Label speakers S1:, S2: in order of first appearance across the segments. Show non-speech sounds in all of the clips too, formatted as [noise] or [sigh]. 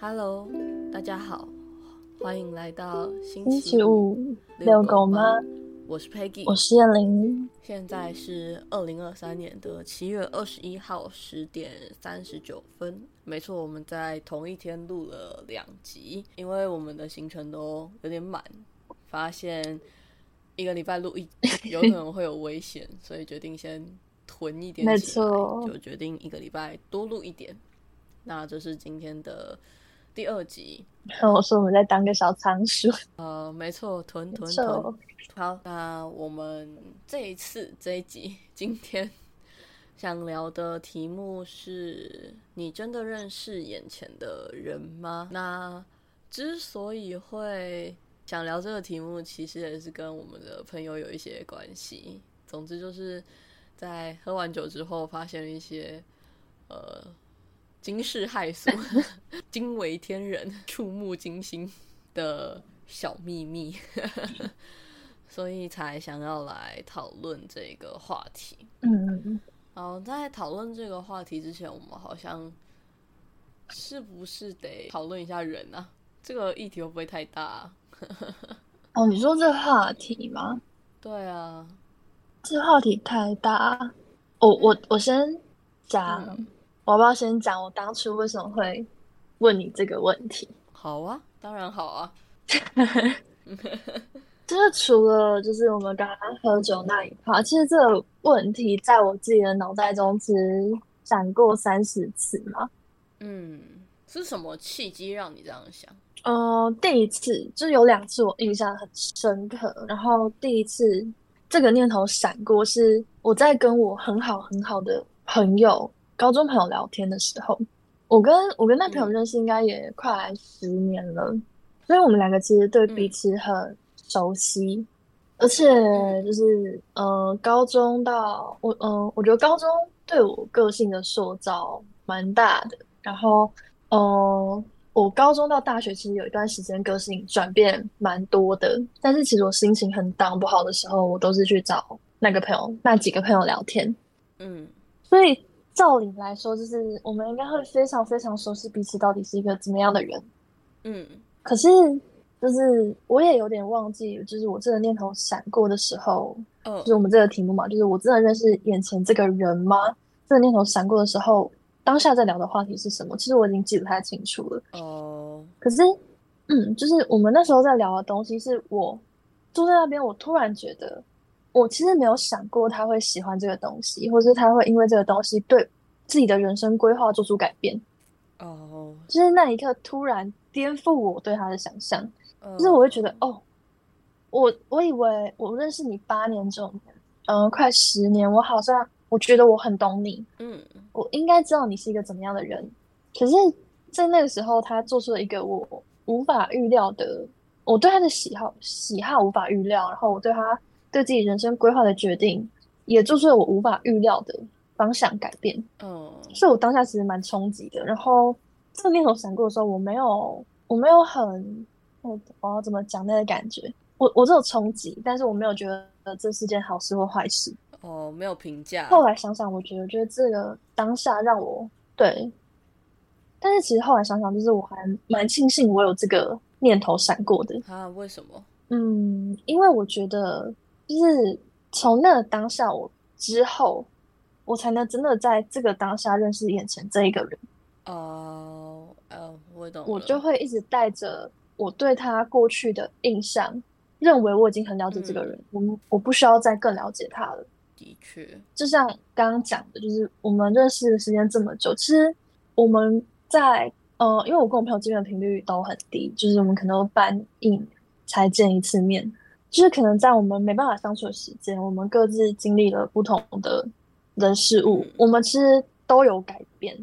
S1: Hello，大家好，欢迎来到星
S2: 星期五
S1: 遛
S2: 遛狗
S1: 吗
S2: 吗？？
S1: 我是 Peggy，
S2: 我是燕玲， [laughs]
S1: 现在是二零二三年的七月二十一号十点三十九分。没错，我们在同一天录了两集，因为我们的行程都有点满，发现一个礼拜
S2: [laughs]
S1: 录一有可能会有危险，所以决定先囤一点
S2: 没
S1: 起来，
S2: 错
S1: 就决定一个礼拜多录一点。那这是今天的第二集，
S2: 我说我们在当个小仓鼠，
S1: 呃，没错，囤囤囤
S2: 就
S1: 好，那我们这一次这一集今天想聊的题目是你真的认识眼前的人吗？那之所以会想聊这个题目，其实也是跟我们的朋友有一些关系。总之就是在喝完酒之后，发现了一些呃惊世骇俗、 [laughs] 惊为天人、触目惊心的小秘密。 [laughs] 所以才想要来讨论这个话题。
S2: 嗯，
S1: 好，在讨论这个话题之前，我们好像是不是得讨论一下人啊？这个议题会不会太大啊、
S2: 哦，你说这话题吗？
S1: 对啊，
S2: 这话题太大，我我我先讲，
S1: 嗯
S2: 我要不要先讲我当初为什么会问你这个问题？
S1: 好啊，当然好啊。
S2: 就是除了就是我们刚刚喝酒那一趴，其实这个问题在我自己的脑袋中只闪过三十次嘛，
S1: 嗯，是什么契机让你这样想？
S2: 呃，第一次就有两次我印象很深刻，然后第一次这个念头闪过是我在跟我很好很好的朋友，高中朋友聊天的时候，我跟我跟那朋友
S1: 嗯
S2: 认识应该也快十年了，所以我们两个其实对彼
S1: 嗯
S2: 此很熟悉，而且就是呃，高中到我嗯、呃我觉得高中对我个性的塑造蛮大的，然后嗯。呃我高中到大学其实有一段时间个性转变蛮多的，但是其实我心情很 down 不好的时候，我都是去找那个朋友、那几个朋友聊天。
S1: 嗯
S2: 所以照理来说，就是我们应该会非常非常熟悉彼此到底是一个怎么样的人。
S1: 嗯
S2: 可是，就是我也有点忘记，就是我这个念头闪过的时候，
S1: 呃
S2: 就是我们这个题目嘛，就是我真的认识眼前这个人吗？这个念头闪过的时候，当下在聊的话题是什么？其实我已经记不太清楚了。
S1: 哦
S2: 可是，嗯，就是我们那时候在聊的东西，是我坐在那边，我突然觉得，我其实没有想过他会喜欢这个东西，或是他会因为这个东西对自己的人生规划做出改变。
S1: 哦，
S2: 就是那一刻突然颠覆我对他的想象，
S1: 呃
S2: 就是我会觉得，哦，我我以为我认识你八年九年，嗯、快十年，我好像我觉得我很懂你，
S1: 嗯
S2: 我应该知道你是一个怎么样的人，可是，在那个时候，他做出了一个我无法预料的，我对他的喜好喜好无法预料，然后我对他对自己人生规划的决定，也做出了我无法预料的方向改变，
S1: 嗯
S2: 所以我当下其实蛮冲击的。然后这个念头闪过的时候，我没有，我没有很，我我要怎么讲那个感觉？我我只有冲击，但是我没有觉得这是件好事或坏事。
S1: 哦，没有评价。
S2: 后来想想，我觉得，觉得这个当下让我对，但是其实后来想想，就是我还蛮庆幸我有这个念头闪过的。
S1: 啊，为什么？
S2: 嗯，因为我觉得，就是从那个当下我之后，我才能真的在这个当下认识眼前这一个人。
S1: 哦哦，我懂了。
S2: 我就会一直带着我对他过去的印象，认为我已经很了解这个人，我我不需要再更了解他了。
S1: 的确，
S2: 就像刚刚讲的，就是我们认识的时间这么久，其实我们在呃，因为我跟我朋友见面的频率都很低，就是我们可能都半一年才见一次面，就是可能在我们没办法相处的时间，我们各自经历了不同的人事物，
S1: 嗯
S2: 我们其实都有改变，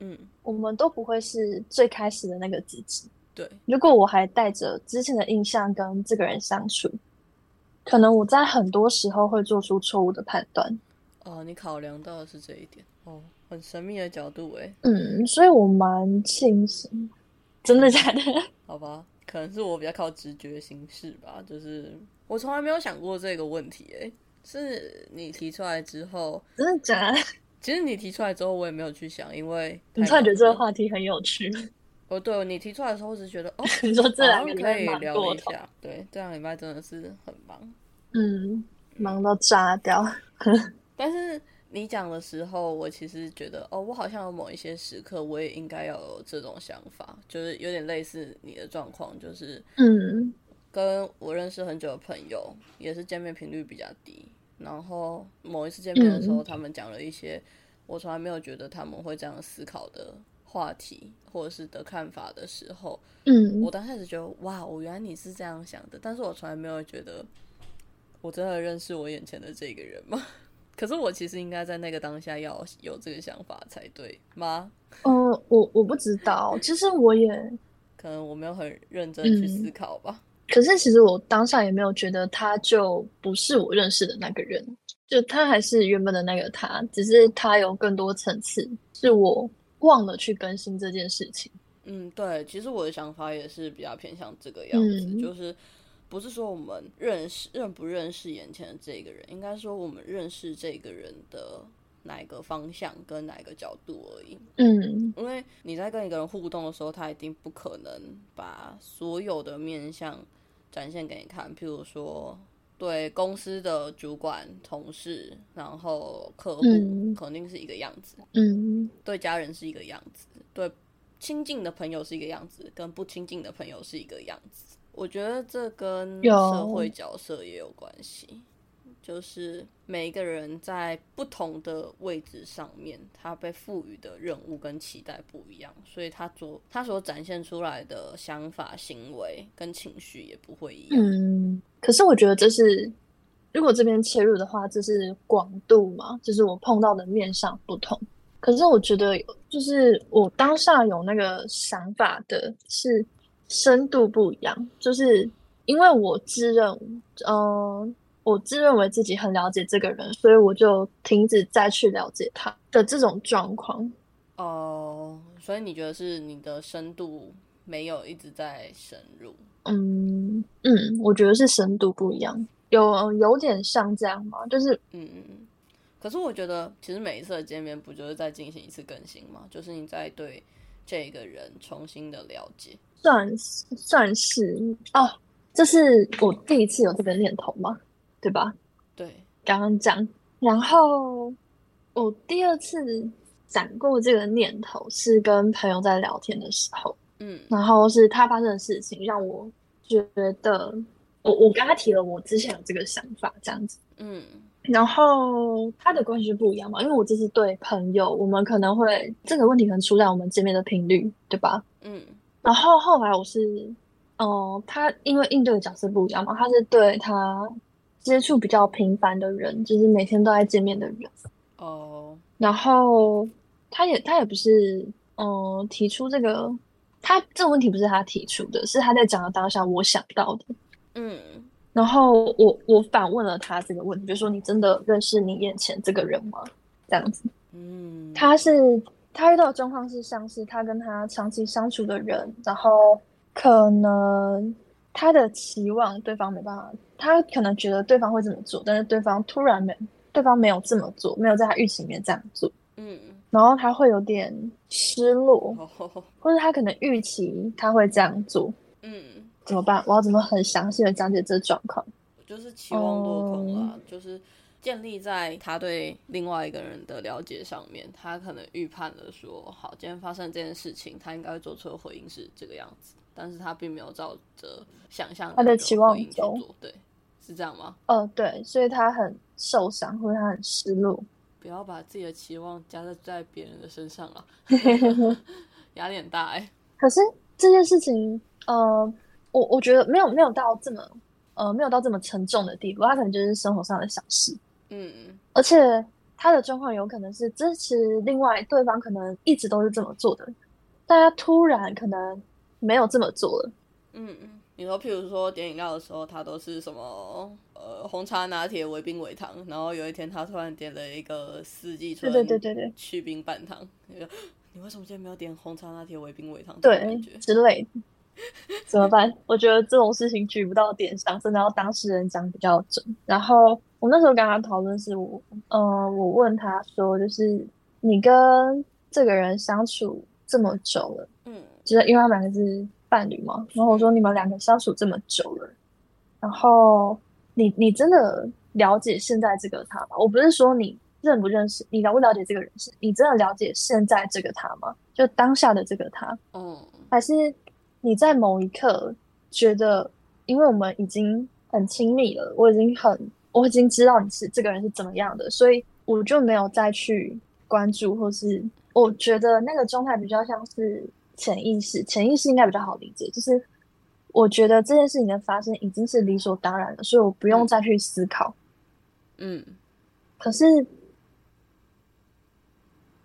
S1: 嗯，
S2: 我们都不会是最开始的那个自己。
S1: 对，
S2: 如果我还带着之前的印象跟这个人相处，可能我在很多时候会做出错误的判断。
S1: 哦，你考量到的是这一点哦，很神秘的角度哎，
S2: 嗯，所以我蛮庆幸，真的假的？
S1: 好吧，可能是我比较靠直觉行事吧，就是我从来没有想过这个问题哎，是你提出来之后，
S2: 真的假的？
S1: 其实你提出来之后我也没有去想，因为
S2: [laughs] 你突然觉得这个
S1: 话，
S2: 话题很有趣？，
S1: 哦，对你提出来的时候，我只是觉得哦
S2: [laughs] 你说这
S1: 好
S2: 两
S1: 像
S2: 个礼
S1: 可
S2: 拜
S1: 以
S2: 忙
S1: 聊
S2: 过
S1: 一
S2: 头，
S1: 下。对，这两礼拜真的是很忙，
S2: 嗯，忙到炸掉。
S1: 但是你讲的时候，我其实觉得哦，我好像有某一些时刻，我也应该要有这种想法，就是有点类似你的状况，就是
S2: 嗯
S1: 跟我认识很久的朋友，也是见面频率比较低。然后某一次见面的时候，他们讲了一些我从来没有觉得他们会这样思考的话题，或者是的看法的时候，
S2: 嗯
S1: 我刚开始觉得哇，我原来你是这样想的，但是我从来没有觉得我真的认识我眼前的这个人吗？ [laughs] 可是我其实应该在那个当下要有这个想法才对吗？
S2: 嗯，我我不知道，其实我也，
S1: 可能我没有很认真去
S2: 嗯
S1: 思考吧。
S2: 可是其实我当下也没有觉得他就不是我认识的那个人，就他还是原本的那个他，只是他有更多层次，是我忘了去更新这件事情。
S1: 嗯，对，其实我的想法也是比较偏向这个样子，
S2: 嗯
S1: 就是不是说我们认识认不认识眼前的这个人，应该说我们认识这个人的哪一个方向跟哪一个角度而已。
S2: 嗯
S1: 因为你在跟一个人互动的时候，他一定不可能把所有的面相展现给你看。譬如说，对公司的主管、同事，然后客户，
S2: 嗯
S1: 肯定是一个样子；
S2: 嗯
S1: 对家人是一个样子；对亲近的朋友是一个样子，跟不亲近的朋友是一个样子。我觉得这跟
S2: 有
S1: 社会角色也有关系，就是每一个人在不同的位置上面，他被赋予的任务跟期待不一样，所以他所他所展现出来的想法、行为跟情绪也不会一样。
S2: 嗯，可是我觉得这是，如果这边切入的话，这是广度嘛，就是我碰到的面上不同。可是我觉得有，就是我当下有那个想法的是深度不一样，就是因为我自认，嗯、我自认为自己很了解这个人，所以我就停止再去了解他的这种状况。
S1: 哦、所以你觉得是你的深度没有一直在深入？
S2: 嗯嗯，我觉得是深度不一样，有有点像这样嘛，就是
S1: 嗯嗯嗯。可是我觉得，其实每一次的见面不就是在进行一次更新吗？就是你在对这个人重新的了解。
S2: 算是算是哦，这是我第一次有这个念头嘛，对吧？
S1: 对，
S2: 刚刚讲，然后我第二次闪过这个念头是跟朋友在聊天的时候，
S1: 嗯
S2: 然后是他发生的事情让我觉得，我我跟他提了我之前有这个想法这样子，
S1: 嗯
S2: 然后他的关系是不一样嘛，因为我这是对朋友，我们可能会这个问题可能出在我们见面的频率，对吧？
S1: 嗯
S2: 然后后来我是，哦、他因为应对的角色不一样嘛，他是对他接触比较频繁的人，就是每天都在见面的人。
S1: 哦
S2: 然后他也他也不是，嗯、提出这个，他这个问题不是他提出的，是他在讲的当下我想到的。
S1: 嗯
S2: 然后我我反问了他这个问题，就说你真的认识你眼前这个人吗？这样子。
S1: 嗯，
S2: 他是他遇到的状况是像是他跟他长期相处的人，然后可能他的期望对方没办法，他可能觉得对方会这么做，但是对方突然没，对方没有这么做，没有在他预期里面这样做，
S1: 嗯
S2: 然后他会有点失落，
S1: 哦
S2: 或者他可能预期他会这样做，
S1: 嗯，
S2: 怎么办？我要怎么很详细的讲解这状况？
S1: 就是期望落空
S2: 哦
S1: 啦，就是建立在他对另外一个人的了解上面，他可能预判了说，好，今天发生这件事情，他应该会做出的回应是这个样子，但是他并没有照着想象
S2: 他的期望
S1: 回应去
S2: 走
S1: 做，对，是这样吗？
S2: 呃，对，所以他很受伤，或者他很失落。
S1: 不要把自己的期望加在在别人的身上
S2: [laughs]
S1: 啊，压力很大哎、
S2: 可是这件事情，呃，我我觉得没有没有到这么，呃，没有到这么沉重的地步，他可能就是生活上的小事，
S1: 嗯
S2: 而且他的状况有可能是，这其实另外对方可能一直都是这么做的，但他突然可能没有这么做了，
S1: 嗯嗯，你说譬如说点饮料的时候，他都是什么呃红茶拿铁、微冰微糖，然后有一天他突然点了一个四季春，
S2: 对对对对对
S1: 去冰半糖，你就你为什么今天没有点红茶拿铁、微冰微糖？这种
S2: 对
S1: 感觉
S2: 之类的，怎么办？我觉得这种事情举不到点上，真的要当事人讲比较准。然后我那时候跟他讨论是我，呃，我问他说，就是你跟这个人相处这么久了，
S1: 嗯
S2: 就就是因为他们两个是伴侣嘛，然后我说你们两个相处这么久了，然后你你真的了解现在这个他吗？我不是说你认不认识，你了不了解这个人，是你真的了解现在这个他吗？就当下的这个他，
S1: 嗯
S2: 还是你在某一刻觉得，因为我们已经很亲密了，我已经很，我已经知道你是这个人是怎么样的，所以我就没有再去关注，或是我觉得那个状态比较像是潜意识，潜意识应该比较好理解，就是我觉得这件事情的发生已经是理所当然了，所以我不用再去思考。
S1: 嗯
S2: 可是，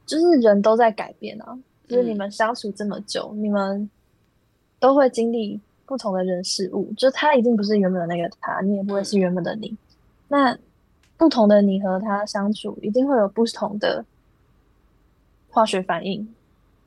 S2: 就是人都在改变啊，就是你
S1: 嗯
S2: 们相处这么久，你们都会经历不同的人事物，就他一定不是原本的那个他，你也不会
S1: 嗯
S2: 是原本的你。那不同的你和他相处，一定会有不同的化学反应，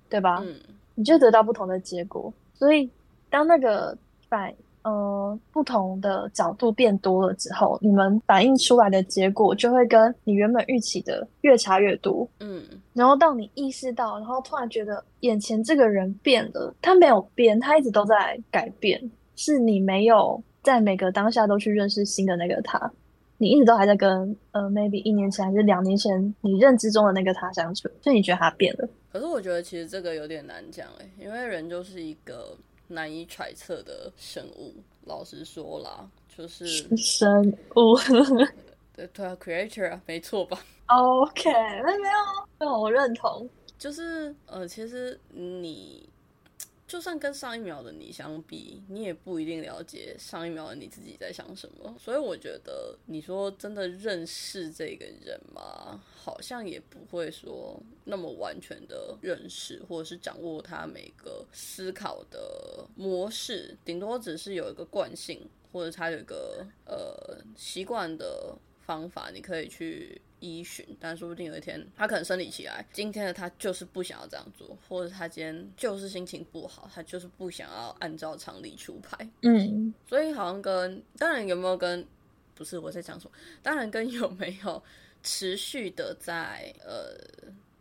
S2: 对吧？
S1: 嗯
S2: 你就得到不同的结果。所以当那个反呃不同的角度变多了之后，你们反映出来的结果就会跟你原本预期的越差越多。
S1: 嗯
S2: 然后到你意识到，然后突然觉得眼前这个人变了，他没有变，他一直都在改变，是你没有在每个当下都去认识新的那个他，你一直都还在跟呃 maybe 一年前还是两年前你认知中的那个他相处，所以你觉得他变了，
S1: 可是我觉得其实这个有点难讲哎、因为人就是一个难以揣测的生物。老实说啦，就是
S2: 生物。
S1: 对对啊，creature 啊，没错吧？
S2: OK，没有没有，我认同。
S1: 就是呃，其实你就算跟上一秒的你相比，你也不一定了解上一秒的你自己在想什么。所以我觉得，你说真的认识这个人嘛，好像也不会说那么完全的认识，或者是掌握他每个思考的模式，顶多只是有一个惯性，或者他有一个呃习惯的方法，你可以去依循，但说不定有一天他可能生理起来，今天的他就是不想要这样做，或者他今天就是心情不好，他就是不想要按照常理出牌，
S2: 嗯，
S1: 所以好像跟当然有没有跟不是我在讲什么，当然跟有没有持续的在呃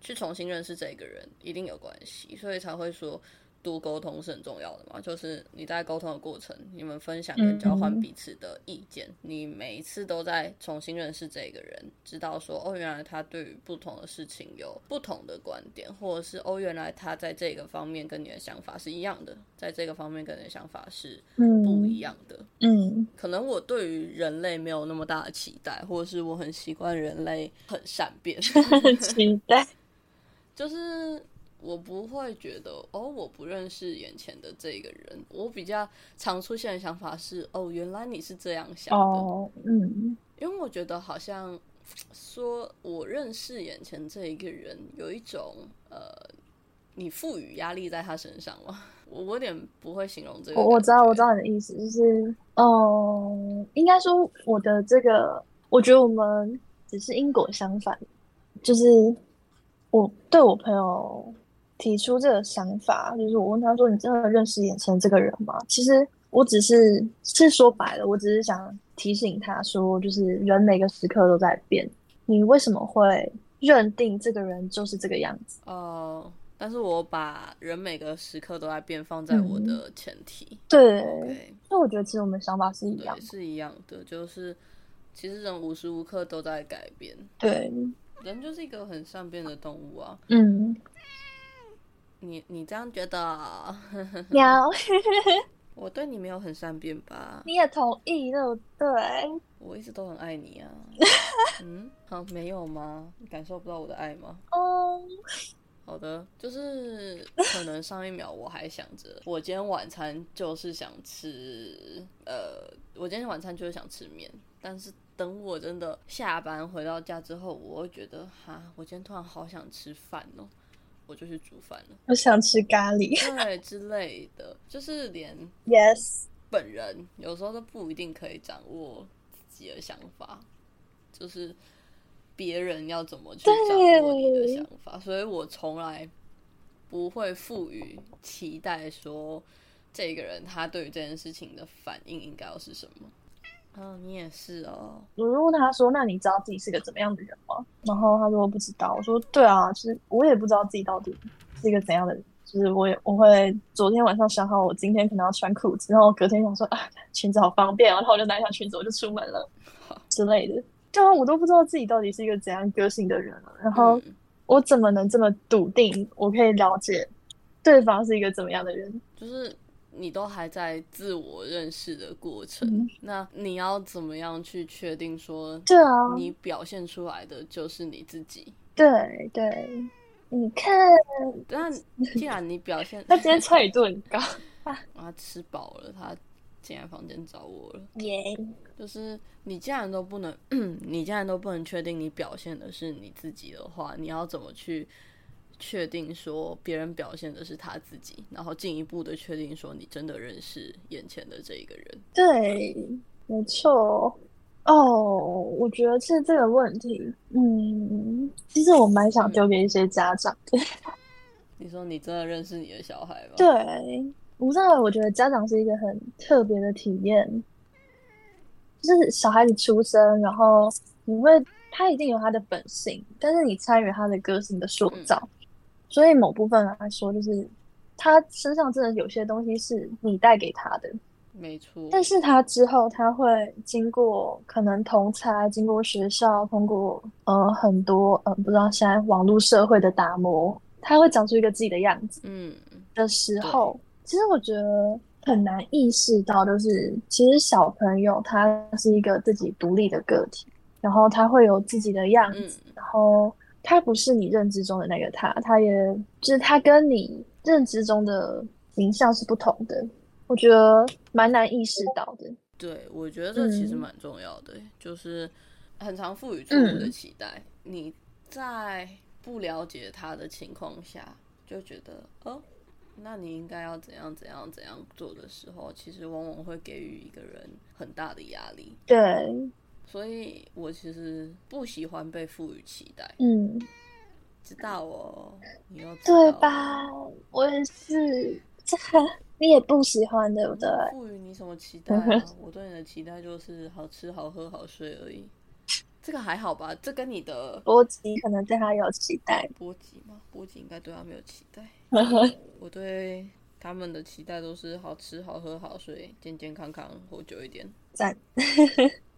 S1: 去重新认识这个人一定有关系，所以才会说多沟通是很重要的嘛。就是你在沟通的过程，你们分享跟交换
S2: 嗯
S1: 彼此的意见，你每一次都在重新认识这个人，知道说哦，原来他对于不同的事情有不同的观点，或者是哦，原来他在这个方面跟你的想法是一样的，在这个方面跟你的想法是不一样的。
S2: 嗯
S1: 可能我对于人类没有那么大的期待，或者是我很习惯人类很善
S2: [laughs]
S1: 变，
S2: 嗯， [laughs] 期待。
S1: 就是我不会觉得哦，我不认识眼前的这个人。我比较常出现的想法是哦，原来你是这样想的，
S2: 哦，嗯
S1: 因为我觉得好像说我认识眼前这一个人，有一种呃，你赋予压力在他身上嘛， [laughs] 我我有点不会形容这个
S2: 我我知道，
S1: 感觉
S2: 我知，道你的意思，就是，嗯，应该说我的这个，我觉得我们只是因果相反，就是我对我朋友提出这个想法，就是我问他说：“你真的认识眼前这个人吗？”其实我只是是说白了，我只是想提醒他说，就是人每个时刻都在变，你为什么会认定这个人就是这个样子？
S1: 哦，但是我把人每个时刻都在变放在我的前提，
S2: 嗯对，
S1: 对
S2: 所以我觉得其实我们想法是一样
S1: 对，
S2: 的。
S1: 是一样的，就是其实人无时无刻都在改变，
S2: 对，
S1: 人就是一个很善变的动物啊，
S2: 嗯，
S1: 你你这样觉得 [laughs] 啊？
S2: 喵，
S1: 我对你没有很善变吧？
S2: 你也同意对不对？
S1: 我一直都很爱你
S2: [laughs]
S1: 啊，嗯，好，没有吗？你感受不到我的爱吗？
S2: 哦，
S1: 好的，就是可能上一秒我还想着，我今天晚餐就是想吃，呃，我今天晚餐就是想吃面，但是等我真的下班回到家之后，我会觉得哈，我今天突然好想吃饭哦，我就去煮饭了，
S2: 我想吃咖喱。
S1: 对之类的，就是连
S2: Yes，
S1: 本人有时候都不一定可以掌握自己的想法，就是别人要怎么去掌握你的想法，所以我从来不会赋予期待说这个人他对于这件事情的反应应该要是什么。嗯、你也是哦，
S2: 我就问他说：“那你知道自己是个怎么样的人吗？”然后他说：“不知道。”我说：“对啊，就是我也不知道自己到底是一个怎样的人，就是我也我会昨天晚上想好，我今天可能要穿裤子，然后隔天想说啊，裙子好方便啊，然后我就拿下裙子我就出门了之类的。就我都不知道自己到底是一个怎样个性的人了，然后
S1: 嗯
S2: 我怎么能这么笃定我可以了解对方是一个怎么样的人？
S1: 就是你都还在自我认识的过程，
S2: 嗯
S1: 那你要怎么样去确定说
S2: 对啊，
S1: 你表现出来的就是你自己？
S2: 对对，你看
S1: 但既然你表现，
S2: [laughs] 他今天菜语度很高，
S1: 他吃饱了，他进来房间找我了。
S2: 耶，
S1: 就是你既然都不能， [clears throat] 你既然都不能确定你表现的是你自己的话，你要怎么去确定说别人表现的是他自己，然后进一步的确定说你真的认识眼前的这一个人？
S2: 对，没错。哦，我觉得是这个问题，嗯，其实我蛮想丢给一些家长的。
S1: 你说你真的认识你的小孩吗？
S2: 对，我不知道，我觉得家长是一个很特别的体验，就是小孩子出生，然后你会，他一定有他的本性，但是你参与他的个性的塑
S1: 嗯
S2: 造，所以某部分来说，就是他身上真的有些东西是你带给他的，
S1: 没错。
S2: 但是他之后他会经过可能同才，经过学校，通过呃很多呃不知道现在网络社会的打磨，他会长出一个自己的样子。
S1: 嗯，
S2: 的时
S1: 对
S2: 候，其实我觉得很难意识到，就是其实小朋友他是一个自己独立的个体，然后他会有自己的样子，
S1: 嗯
S2: 然后他不是你认知中的那个他，他也就是他跟你认知中的形象是不同的，我觉得蛮难意识到的。
S1: 对，我觉得这其实
S2: 嗯
S1: 蛮重要的，就是很常赋予错误的
S2: 嗯
S1: 期待。你在不了解他的情况下，就觉得哦，那你应该要怎样怎样怎样做的时候，其实往往会给予一个人很大的压力。
S2: 对，
S1: 所以我其实不喜欢被赋予期待，
S2: 嗯，
S1: 知道哦，你要知
S2: 对
S1: 道哦
S2: 吧？我也是， [laughs] 这你也不喜欢，对不对？
S1: 赋予你什么期待啊？ [laughs] 我对你的期待就是好吃、好喝、好睡而已。这个还好吧？这跟你的
S2: 波吉可能对他有期待，
S1: 波吉吗？波吉应该对他没有期待。
S2: [laughs]
S1: 我对他们的期待都是好吃、好喝、好睡、健健康康、活久一点。
S2: 赞，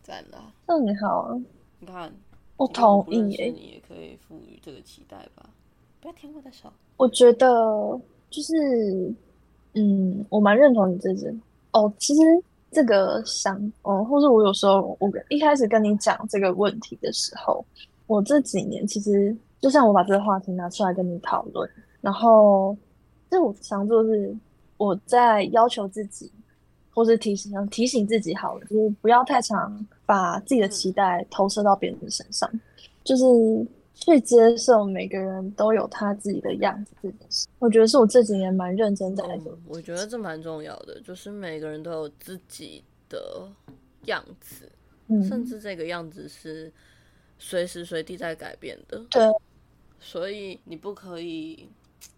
S1: 赞啦！
S2: 这很好啊。
S1: 你看，
S2: 我
S1: 即便我
S2: 同
S1: 不认
S2: 意欸
S1: 识
S2: 诶，
S1: 你也可以赋予这个期待吧。不要舔我的手。
S2: 我觉得就是，嗯，我蛮认同你这只哦。其实这个想，哦，或者我有时候我一开始跟你讲这个问题的时候，我这几年其实就像我把这个话题拿出来跟你讨论，然后这我常做是我在要求自己，或是提醒提醒自己好了，就是不要太常把自
S1: 嗯
S2: 己的期待投射到别人身上。就是去接受每个人都有他自己的样子这件事，我觉得是我这几年蛮认真在做。
S1: 嗯，我觉得这蛮重要的，就是每个人都有自己的样子，
S2: 嗯，
S1: 甚至这个样子是随时随地在改变的。
S2: 对，
S1: 所以你不可以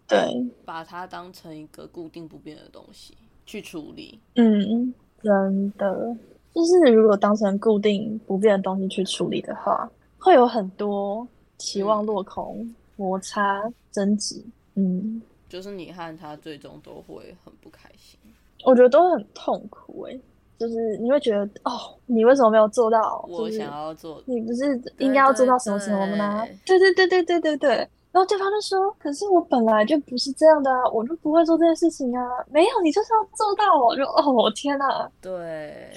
S2: 对，
S1: 把它当成一个固定不变的东西去处理。
S2: 嗯，真的，就是如果当成固定不变的东西去处理的话，会有很多期望落空、摩擦、争执。嗯，
S1: 就是你和他最终都会很不开心。
S2: 我觉得都很痛苦诶、就是你会觉得哦，你为什么没有做到？
S1: 我
S2: 就是
S1: 想要做，
S2: 你不是
S1: 对
S2: 应该要做
S1: 对
S2: 到什么什么吗
S1: 对？
S2: 对对对对对对对。然后对方就说：“可是我本来就不是这样的啊，我就不会做这件事情啊。”没有，你就是要做到哦。我就哦，我天哪！
S1: 对，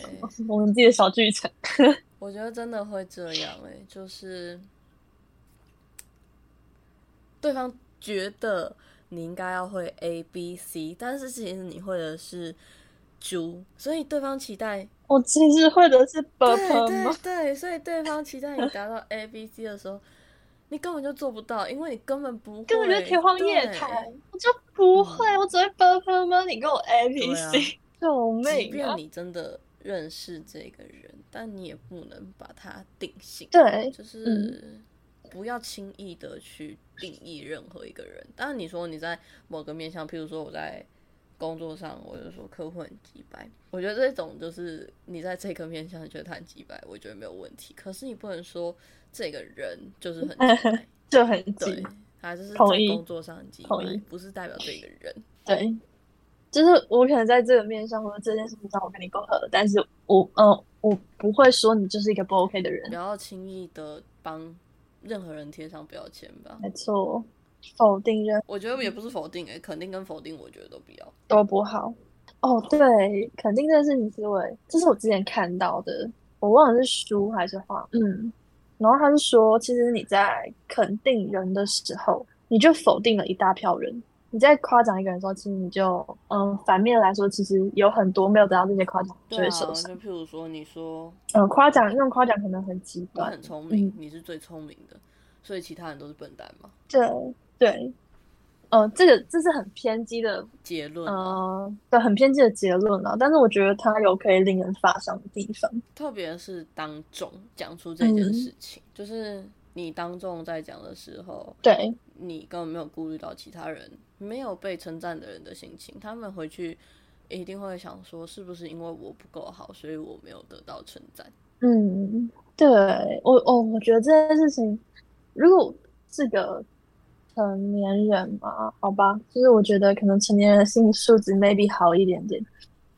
S2: 我们自己的小剧场。
S1: 我觉得真的会这样哎、就是对方觉得你应该要会 A B C，但是其实你会的是猪，所以对方期待
S2: 我其实会的是 b u
S1: 对
S2: r
S1: 对
S2: 吗？
S1: 对，所以对方期待你达到 A B C 的时候，你根本就做不到，因为你根本不会，
S2: [laughs] 根本就天方夜
S1: 对嗯
S2: 谭。我就不会，我只会 b u r 吗？你跟我 A B
S1: 对啊
S2: C，救 [laughs]
S1: 即
S2: 命啊
S1: 便！你真的认识这个人，但你也不能把他定性，
S2: 对，嗯
S1: 就是不要轻易的去定义任何一个人。当然，你说你在某个面向，譬如说我在工作上，我就说客户很鸡掰，我觉得这种就是你在这个面向你觉得他很鸡掰，我觉得没有问题。可是你不能说这个人就是很鸡掰，
S2: [laughs] 就很
S1: 对
S2: 急。
S1: 他就是在
S2: 同意
S1: 工作上很鸡掰
S2: 同意，
S1: 不是代表这个人。
S2: 对，就是我可能在这个面上或者这件事情上我跟你沟合，但是我嗯，我不会说你就是一个不 OK 的人
S1: 不。要轻易的帮任何人贴上标签吧。
S2: 没错，否定任
S1: 我觉得也不是否定、欸，肯定跟否定，我觉得都不要。
S2: 都不好。哦，对，肯定这件事情是我，这是我之前看到的，我忘了是书还是画，嗯。然后他是说，其实你在肯定人的时候，你就否定了一大票人；你在夸奖一个人的时候，其实你就，嗯，反面来说，其实有很多没有得到这些夸奖，就
S1: 对
S2: 会
S1: 啊，
S2: 受伤。
S1: 就譬如说，你说
S2: 嗯，夸奖用夸奖可能很极
S1: 你
S2: 端，
S1: 很聪明
S2: 嗯，
S1: 你是最聪明的，所以其他人都是笨蛋嘛。
S2: 对对，嗯，这个这是很偏激的
S1: 结论、啊，
S2: 嗯，对，很偏激的结论啊，但是我觉得它有可以令人发伤的地方。
S1: 特别是当众讲出这件事情，就是你当众在讲的时候，
S2: 对，
S1: 你根本没有顾虑到其他人没有被称赞的人的心情，他们回去一定会想说，是不是因为我不够好，所以我没有得到称赞？
S2: 嗯，对，我哦，我觉得这件事情，如果是个成年人嘛，好吧，就是我觉得可能成年人的心理素质 maybe 好一点点。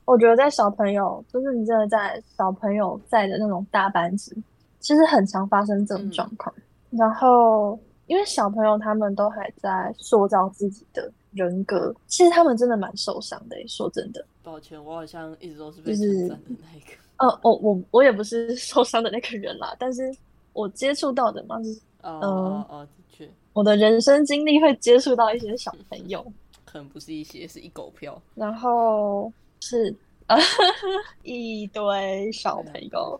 S2: 我觉得在小朋友，就是你真的在小朋友在的那种大班级，其实很常发生这种
S1: 嗯
S2: 状况。然后，因为小朋友他们都还在塑造自己的人格，其实他们真的蛮受伤的欸，说真的。
S1: 抱歉，我好像一直都是被
S2: 就是
S1: 称赞的那一个。
S2: 呃，我我我也不是 [laughs] 受伤的那个人啦，但是我接触到的嘛，就是
S1: 哦
S2: 嗯
S1: 哦哦，的确，
S2: 我的人生经历会接触到一些小朋友，
S1: 可能不是一些，是一狗票。
S2: 然后是 [laughs] 呃一堆小朋友，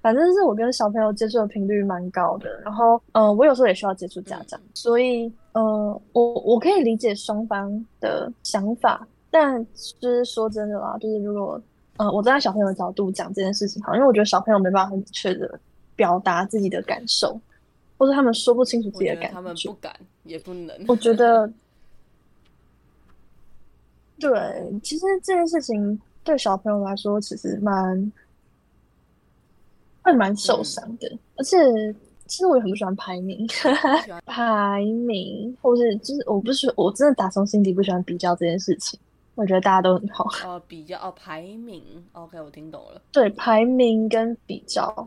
S2: 反正是我跟小朋友接触的频率蛮高的。然后，呃，我有时候也需要接触家
S1: 嗯
S2: 长，所以，呃，我我可以理解双方的想法，但就是说真的啦，就是如果，呃，我站在小朋友的角度讲这件事情，好，因为我觉得小朋友没办法很明确的表达自己的感受，或者他们说不清楚自
S1: 我
S2: 己
S1: 觉
S2: 的
S1: 得
S2: 感
S1: 他们
S2: 觉哦
S1: 不。敢，也不能。
S2: 我觉得，对，其实这件事情对小朋友来说，其实蛮会蛮
S1: 嗯
S2: 受伤的。而且，其实我也很不喜欢排名，
S1: 喜欢
S2: [laughs] 排名，或是就是我不是我真的打从心底不喜欢比较这件事情。我觉得大家都很好，
S1: 哦，比较哦排名，OK，我听懂了，
S2: 对排名跟比较，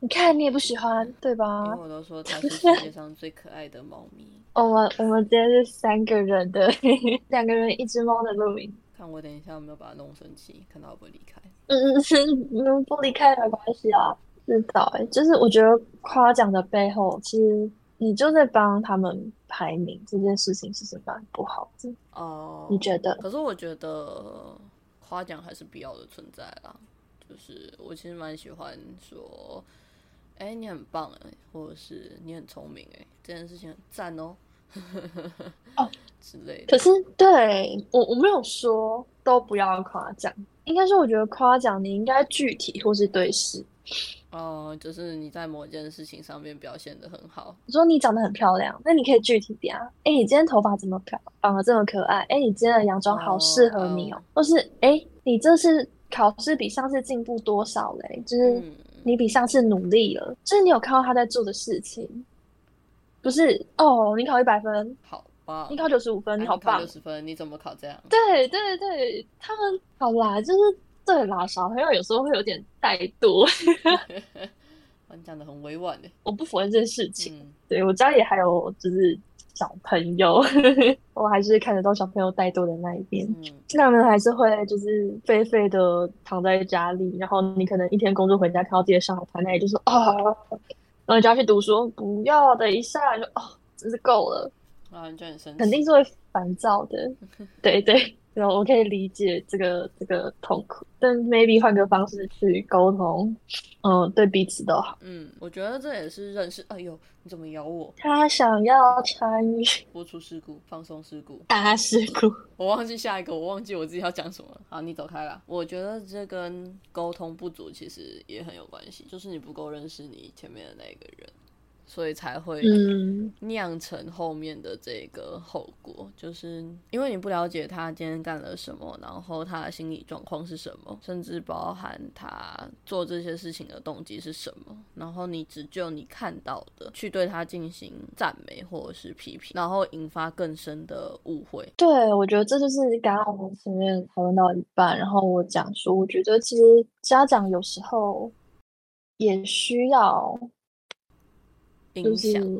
S2: 你看你也不喜欢，对吧
S1: 因？为我都说它是世界上最可爱的猫咪。
S2: 我们我们今天是三个人的， [laughs] 两个人一只猫的录音。
S1: 看我等一下有没有把它弄生气，看它会不会离开。
S2: 嗯，是嗯，不离开没关系啊，知道哎，就是我觉得夸奖的背后，其实你就在帮他们排名这件事情，其实蛮不好的，
S1: 哦，
S2: 你觉得？
S1: 可是我觉得夸奖还是必要的存在啦。就是我其实蛮喜欢说，哎、你很棒哎、或者是你很聪明哎、这件事情很赞哦，
S2: 哦
S1: [laughs] 之类
S2: 可
S1: 的。
S2: 是对我我没有说都不要夸奖，应该说我觉得夸奖你应该具体或是对事，
S1: 哦，就是你在某件事情上面表现的很好，
S2: 你说你长得很漂亮，那你可以具体点啊，哎，你今天头发怎么漂，绑得这么可爱，哎，你今天的洋装好适合你哦，或是哎，你这次考试比上次进步多少嘞？就是。
S1: 嗯，
S2: 你比上次努力了，就是你有看到他在做的事情，不是哦，你考一百分，
S1: 好棒，
S2: 你考九十五分，
S1: 哎
S2: 啊你
S1: 你
S2: 好棒
S1: 六，十分，你怎么考这样？
S2: 对对对，他们好啦，就是对啦，小朋友有时候会有点怠惰，
S1: [laughs] 啊哇你讲的很委婉的，
S2: 我不否认这件事情，
S1: 嗯，
S2: 对我家里还有就是小朋友， [laughs] 我还是看得到小朋友怠惰的那一边。
S1: 嗯，
S2: 他们还是会就是废废的躺在家里，然后你可能一天工作回家看到自己的小孩躺在那里，就说啊，然后你就要去读书，不要等一下就哦，真是够了，
S1: 然啊后你就很生气，
S2: 肯定是会烦躁的。对对，然后我可以理解这个这个痛苦，但 maybe 换个方式去沟通，嗯，对彼此都好。
S1: 嗯，我觉得这也是认识。哎呦，你怎么咬我？
S2: 他想要参与
S1: 播出事故，放松事故。
S2: 大事故，
S1: 我忘记下一个，我忘记我自己要讲什么了。好，你走开啦。我觉得这跟沟通不足其实也很有关系，就是你不够认识你前面的那个人。所以才会
S2: 嗯
S1: 酿成后面的这个后果，就是因为你不了解他今天干了什么，然后他的心理状况是什么，甚至包含他做这些事情的动机是什么，然后你只就你看到的去对他进行赞美或者是批评，然后引发更深的误会。
S2: 对，我觉得这就是刚刚我们前面讨论到一半，然后我讲说，我觉得其实家长有时候也需要，就
S1: 影
S2: 是
S1: 响，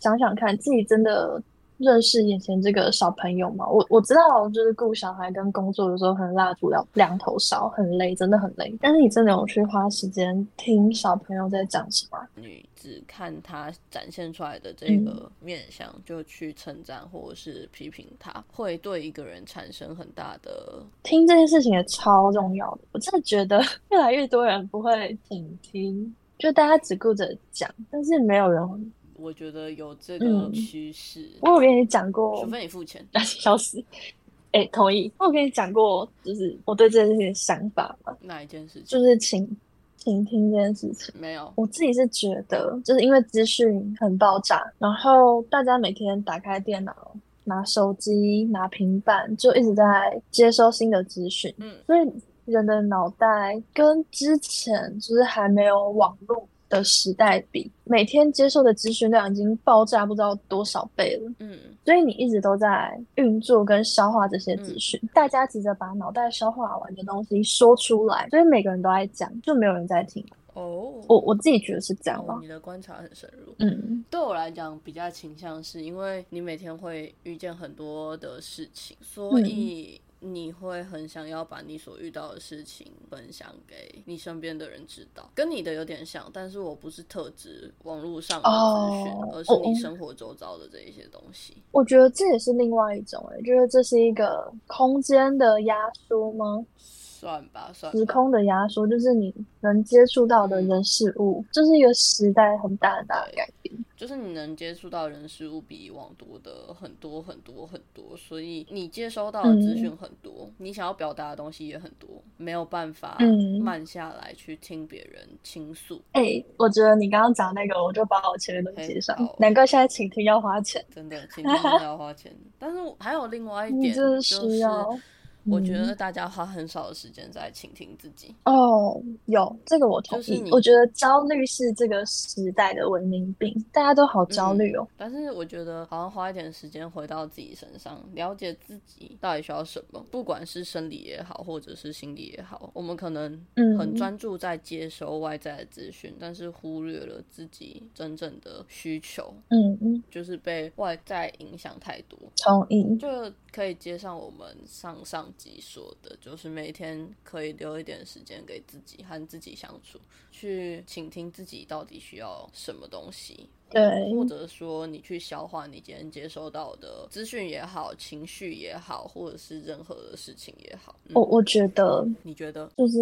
S2: 想想看自己真的认识眼前这个小朋友吗？我我知道，就是顾小孩跟工作有时候很蜡烛两两头烧，很累，真的很累。但是你真的有去花时间听小朋友在讲什么？
S1: 你只看他展现出来的这个面相，就去称赞或者是批评他，会对一个人产生很大的
S2: 听这件事情也超重要的，我真的觉得 [laughs] 越来越多人不会倾听，就大家只顾着讲，但是没有人会。
S1: 我觉得有这个
S2: 嗯
S1: 趋势，
S2: 我有跟你讲过 [laughs]
S1: 除，非你付钱。
S2: 消失。哎、同意。我有跟你讲过，就是我对这件事情的想法嘛，
S1: 哪一件事情？
S2: 就是倾倾听这件事情。
S1: 没有，
S2: 我自己是觉得，就是因为资讯很爆炸，然后大家每天打开电脑、拿手机、拿平板，就一直在接收新的资讯，
S1: 嗯，
S2: 所以人的脑袋跟之前就是还没有网络的时代比，每天接受的资讯量已经爆炸不知道多少倍了。
S1: 嗯，
S2: 所以你一直都在运作跟消化这些资讯，大家急着把脑袋消化完的东西说出来，所以每个人都在讲，就没有人在听。
S1: 哦，
S2: 我我自己觉得是这样
S1: 哦
S2: 吧。
S1: 你的观察很深入。
S2: 嗯，
S1: 对我来讲，比较倾向是因为你每天会遇见很多的事情，所
S2: 嗯
S1: 以你会很想要把你所遇到的事情分享给你身边的人知道，跟你的有点像，但是我不是特指网络上的资讯，
S2: 哦
S1: 而是你
S2: 哦
S1: 生活周遭的这一些东西。
S2: 我觉得这也是另外一种、欸，就是这是一个空间的压缩吗？
S1: 算吧，算
S2: 时
S1: 吧
S2: 空的压缩，就是你能接触到的
S1: 嗯
S2: 人事物，这、是一个时代很大很大的改变。
S1: 就是你能接触到人事物比以往多的很多很多很多，所以你接收到的
S2: 嗯
S1: 资讯很多，你想要表达的东西也很多，没有办法
S2: 嗯
S1: 慢下来去听别人倾诉，
S2: 哎、我觉得你刚刚讲那个，我就把我前面都接上
S1: 嘿好，
S2: 难怪现在请听要花钱。
S1: 真的，倾听真的要花钱。但是还有另外一
S2: 你
S1: 点，
S2: 真的
S1: 就是
S2: 要
S1: 我觉
S2: 嗯
S1: 得大家花很少的时间在倾听自己，
S2: 哦，有这个我同
S1: 就是
S2: 意
S1: 你，
S2: 我觉得焦虑是这个时代的文明病，大家都好焦虑哦。
S1: 嗯但是我觉得，好像花一点时间回到自己身上，了解自己到底需要什么，不管是生理也好，或者是心理也好，我们可能
S2: 嗯
S1: 很专注在接收外在的资讯，但是忽略了自己真正的需求，
S2: 嗯嗯，
S1: 就是被外在影响太多。
S2: 同意。
S1: 就可以接上我们上上集说的，就是每天可以留一点时间给自己和自己相处，去倾听自己到底需要什么东西，
S2: 对，
S1: 或者说你去消化你今天接收到的资讯也好、情绪也好，或者是任何的事情也好，嗯
S2: 我我觉得
S1: 你觉得？
S2: 就是，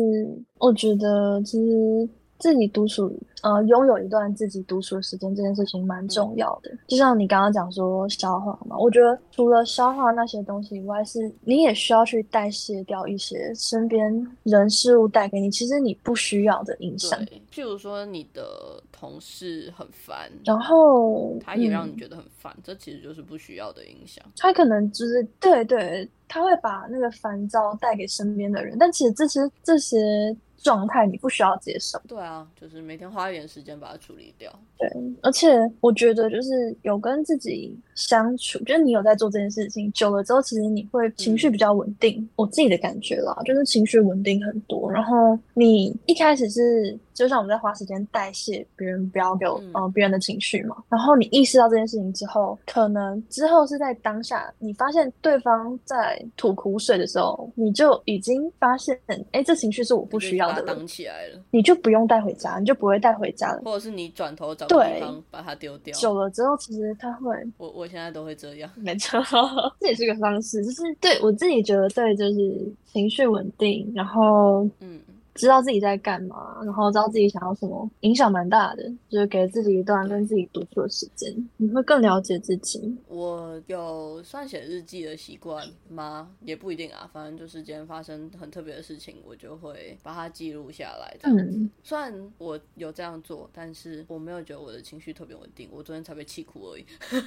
S2: 我觉得其实自己独处，呃，拥有一段自己独处的时间这件事情
S1: 嗯
S2: 蛮重要的。就像你刚刚讲说消化嘛，我觉得除了消化那些东西以外，是你也需要去代谢掉一些身边人事物带给你其实你不需要的影响。
S1: 对，譬如说你的同事很烦，
S2: 然后，
S1: 他也让
S2: 嗯
S1: 你觉得很烦，这其实就是不需要的影响。
S2: 他可能就是对对，他会把那个烦躁带给身边的人，但其实这些这些状态你不需要接受。
S1: 对啊，就是每天花一点时间把它处理掉。
S2: 对，而且我觉得就是有跟自己相处，就是你有在做这件事情，久了之后，其实你会情
S1: 嗯
S2: 绪比较稳定。我自己的感觉啦，就是情绪稳定很多。然后你一开始是，就像我们在花时间代谢别人不要给我，
S1: 嗯
S2: 呃，别人的情绪嘛。然后你意识到这件事情之后，可能之后是在当下，你发现对方在吐苦水的时候，你就已经发现，哎，这情绪是我不需要
S1: 你
S2: 的
S1: 就把它
S2: 了，
S1: 挡起来了，
S2: 你就不用带回家，你就不会带回家了。
S1: 或者是你转头找个地方把它丢掉。
S2: 久了之后，其实它会
S1: 我我现在都会这样，
S2: 没错， [laughs] 这也是个方式，就是对我自己觉得对，就是情绪稳定，然后
S1: 嗯，
S2: 知道自己在干嘛，然后知道自己想要什么，影响蛮大的。就是给自己一段跟自己独处的时间，你会更了解自己。
S1: 我有算写日记的习惯吗？也不一定啊，反正就是今天发生很特别的事情，我就会把它记录下来。这样子，
S2: 嗯，
S1: 虽然我有这样做，但是我没有觉得我的情绪特别稳定。我昨天才被气哭而已， [laughs]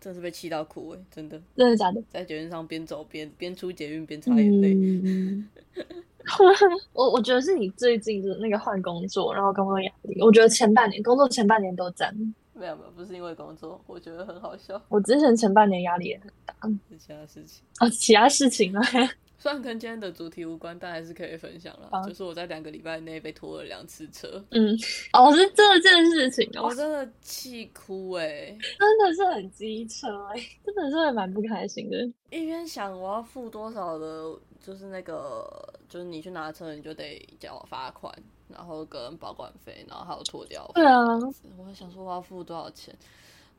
S1: 真的是被气到哭哎、真的
S2: 真的假的？
S1: 在捷运上边走边边出捷运边擦眼泪。
S2: 嗯， [laughs] 我我觉得是你最近的那个换工作，然后工作压力，我觉得前半年工作前半年都这样。
S1: 没有没有，不是因为工作，我觉得很好笑，
S2: 我之前前半年压力也很
S1: 是其他事情。
S2: 哦，其他事情呢？ [laughs]
S1: 虽然跟今天的主题无关，但还是可以分享啦。
S2: 好
S1: 就是我在两个礼拜内被拖了两次车，
S2: 嗯，哦，是这件事情哦
S1: 我，真的气哭哎、
S2: 真的是很机车哎、真的是会蛮不开心的。
S1: 一边想我要付多少的，就是那个，就是你去拿车你就得缴罚款，然后跟保管费，然后还有拖掉。
S2: 对啊，
S1: 我还想说我要付多少钱，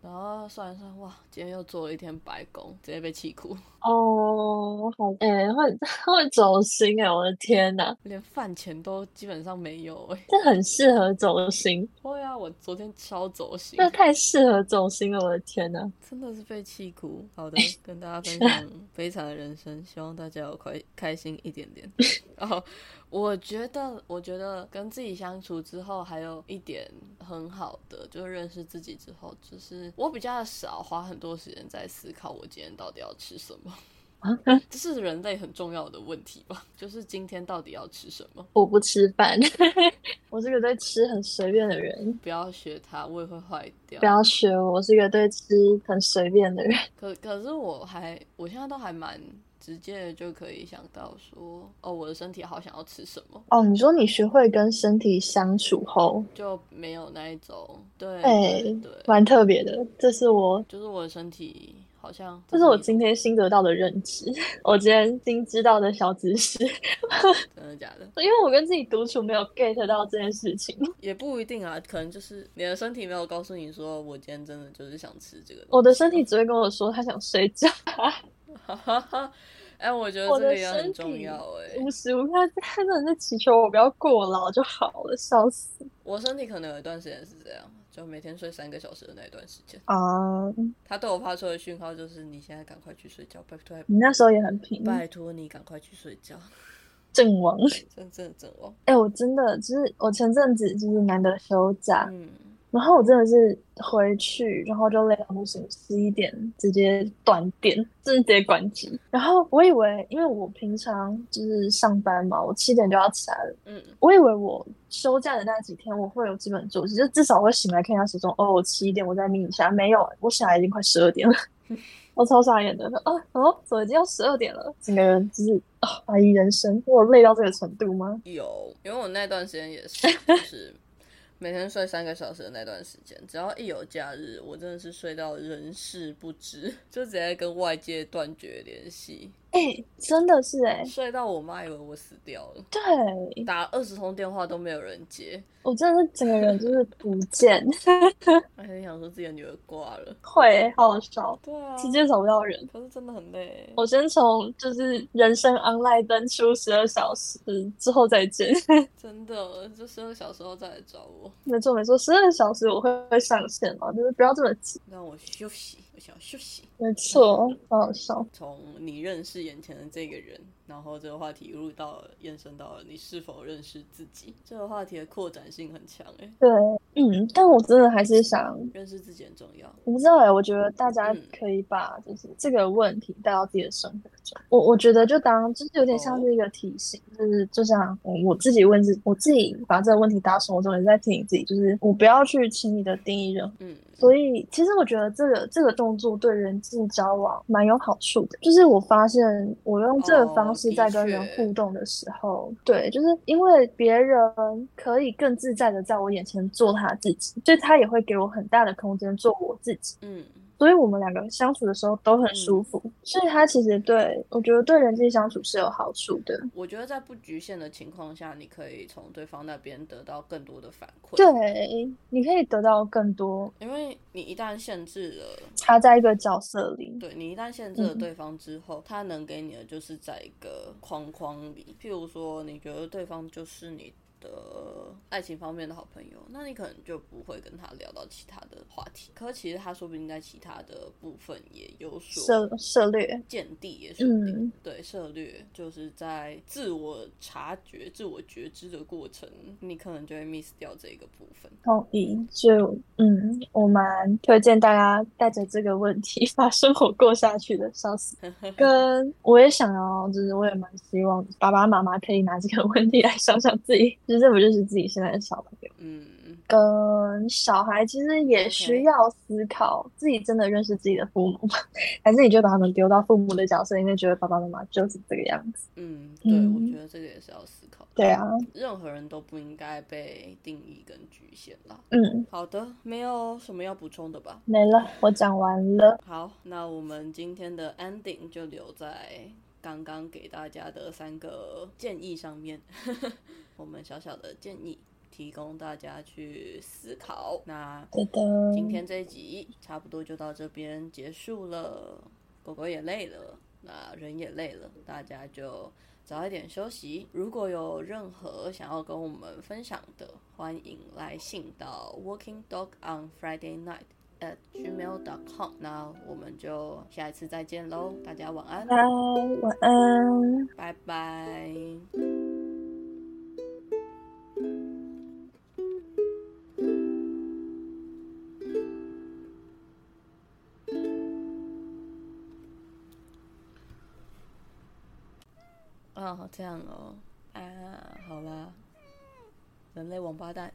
S1: 然后算一算，哇，今天又做了一天白工，直接被气哭，
S2: 哦，好，哎、会 [laughs] 会走心哎、我的天呐，
S1: 连饭钱都基本上没有哎、
S2: 这很适合走心，
S1: [laughs] 对啊，我昨天超走心，
S2: 这太适合走心了，我的天呐。
S1: 真的是被气哭。好的，跟大家分享悲惨的人生，希望大家有快开心一点点。然后我觉得，我觉得跟自己相处之后，还有一点很好的，就是认识自己之后，就是我比较少花很多时间在思考我今天到底要吃什么。这是人类很重要的问题吧？就是今天到底要吃什么？
S2: 我不吃饭， [laughs] 我是个对吃很随便的人，
S1: 不要学它，胃会坏掉。
S2: 不要学我，我是一个对吃很随便的人。
S1: 可可是我还，我现在都还蛮直接的，就可以想到说，哦，我的身体好想要吃什么，
S2: 哦，你说你学会跟身体相处后，
S1: 就没有那一种，对
S2: 哎
S1: 对对，
S2: 蛮特别的，这是我
S1: 就是我的身体好像，
S2: 这是我
S1: 真
S2: 今天新得到的认知， [laughs] 我今天新知道的小知识，
S1: 的假的， [laughs]
S2: 因为我跟自己独处没有 get 到这件事情，
S1: 也不一定啊，可能就是你的身体没有告诉你说，我今天真的就是想吃这个东西，
S2: 我的身体只会跟我说他想睡觉，
S1: 哈哈 [laughs] 哈，哎，我觉得
S2: 我
S1: 这个
S2: 的
S1: 也
S2: 身
S1: 很重
S2: 体
S1: 要哎、
S2: 无时无刻他真的是祈求我不要过劳就好了，笑死
S1: 我身体可能有一段时间是这样，就每天睡三个小时的那一段时间，
S2: 啊！
S1: 它对我发出的讯号就是你现在赶快去睡觉，拜托。
S2: 你那时候也很拼，
S1: 拜托你赶快去睡
S2: [laughs]
S1: 觉，
S2: 阵亡。
S1: 真正的阵亡。
S2: 哎、我真的就是我前阵子就是难得休假，
S1: 嗯，
S2: 然后我真的是回去，然后就累到不行，十一点直接断电，真的直接关机。然后我以为，因为我平常就是上班嘛，我七点就要起来了。
S1: 嗯，
S2: 我以为我休假的那几天我会有基本作息，就至少我会醒来看一下时钟，哦，我七点我再眯一下。没有，我醒来已经快十二点了，我超傻眼的。啊，哦，怎么已经要十二点了？整个人就是啊，怀疑人生，我有累到这个程度吗？
S1: 有，因为我那段时间也
S2: [laughs]
S1: 是，就是每天睡三个小时的那段时间，只要一有假日，我真的是睡到人事不知，就直接跟外界断绝联系，
S2: 哎、真的是哎、
S1: 睡到我妈以为我死掉了，
S2: 对，
S1: 打二十通电话都没有人接，
S2: 我真的是整个人就是不见， [laughs]
S1: 还是哎想说自己的女儿挂了。
S2: 会好好笑，
S1: 对啊，
S2: 直接找不到人。
S1: 可是真的很累。
S2: 我先从就是人生 online 登出十二小时之后再见， [laughs]
S1: 真的，就十二小时后再来找我，
S2: 没错没错，十二小时我会会上线嘛，就是不要这么急。
S1: 让我休息，我想要休息。
S2: 没错，好好笑。
S1: 从你认识眼前的这个人，然后这个话题入到了延伸到了你是否认识自己，这个话题的扩展性很强诶、
S2: 对，嗯，但我真的还是想，
S1: 认识自己很重要。
S2: 我不知道哎、我觉得大家
S1: 嗯
S2: 可以把就是这个问题带到自己的生活中。我我觉得就当就是有点像
S1: 哦
S2: 是一个提醒，就是就像嗯我自己问自我自己把这个问题打到生活中，也在提醒自己，就是我不要去轻易的定义任何。
S1: 嗯，
S2: 所以其实我觉得这个这个动作对人际交往蛮有好处的。就是我发现我用这个
S1: 哦
S2: 方式
S1: 的
S2: 在跟人
S1: 确
S2: 互动的时候，对，就是因为别人可以更自在的在我眼前做他自己，所以他也会给我很大的空间做我自己。
S1: 嗯，
S2: 所以我们两个相处的时候都很舒服，所以他其实对我觉得对人际相处是有好处的。
S1: 我觉得在不局限的情况下，你可以从对方那边得到更多的反馈。
S2: 对，你可以得到更多。
S1: 因为你一旦限制了，
S2: 他在一个角色里，
S1: 对你一旦限制
S2: 嗯
S1: 了对方之后，他能给你的就是在一个框框里。譬如说，你觉得对方就是你的爱情方面的好朋友，那你可能就不会跟他聊到其他的话题。可其实他说不定在其他的部分也有所
S2: 涉涉猎，
S1: 见地，也说不定。
S2: 嗯
S1: 对，涉略就是在自我察觉、自我觉知的过程，你可能就会 miss 掉这个部分。
S2: 同意。所以，嗯，我蛮推荐大家带着这个问题把生活过下去的，
S1: [laughs]
S2: 笑死。跟我也想要，就是我也蛮希望爸爸妈妈可以拿这个问题来想想自己认不认识自己现在的小朋友。
S1: 嗯，
S2: 跟小孩其实也
S1: OK
S2: 需要思考，自己真的认识自己的父母 [laughs] 吗？还是你就把他们丢到父母的角色里面，觉得爸爸妈妈就是这个样子？
S1: 嗯，对，
S2: 嗯
S1: 我觉得这个也是要思考的。
S2: 对啊，
S1: 任何人都不应该被定义跟局限啦。
S2: 嗯，
S1: 好的，没有什么要补充的吧？
S2: 没了，我讲完了。
S1: 好，那我们今天的 ending 就留在刚刚给大家的三个建议上面， [laughs] 我们小小的建议提供大家去思考。那
S2: 对的，
S1: 今天这一集差不多就到这边结束了，狗狗也累了，那人也累了，大家就早一点休息。如果有任何想要跟我们分享的，欢迎来信到 Working Dog on Friday Night。at gmail.com，那我们就下一次再见喽，大家晚安，
S2: 拜，晚安。
S1: 拜拜。哦，这样哦，啊，好啦，人类王八蛋。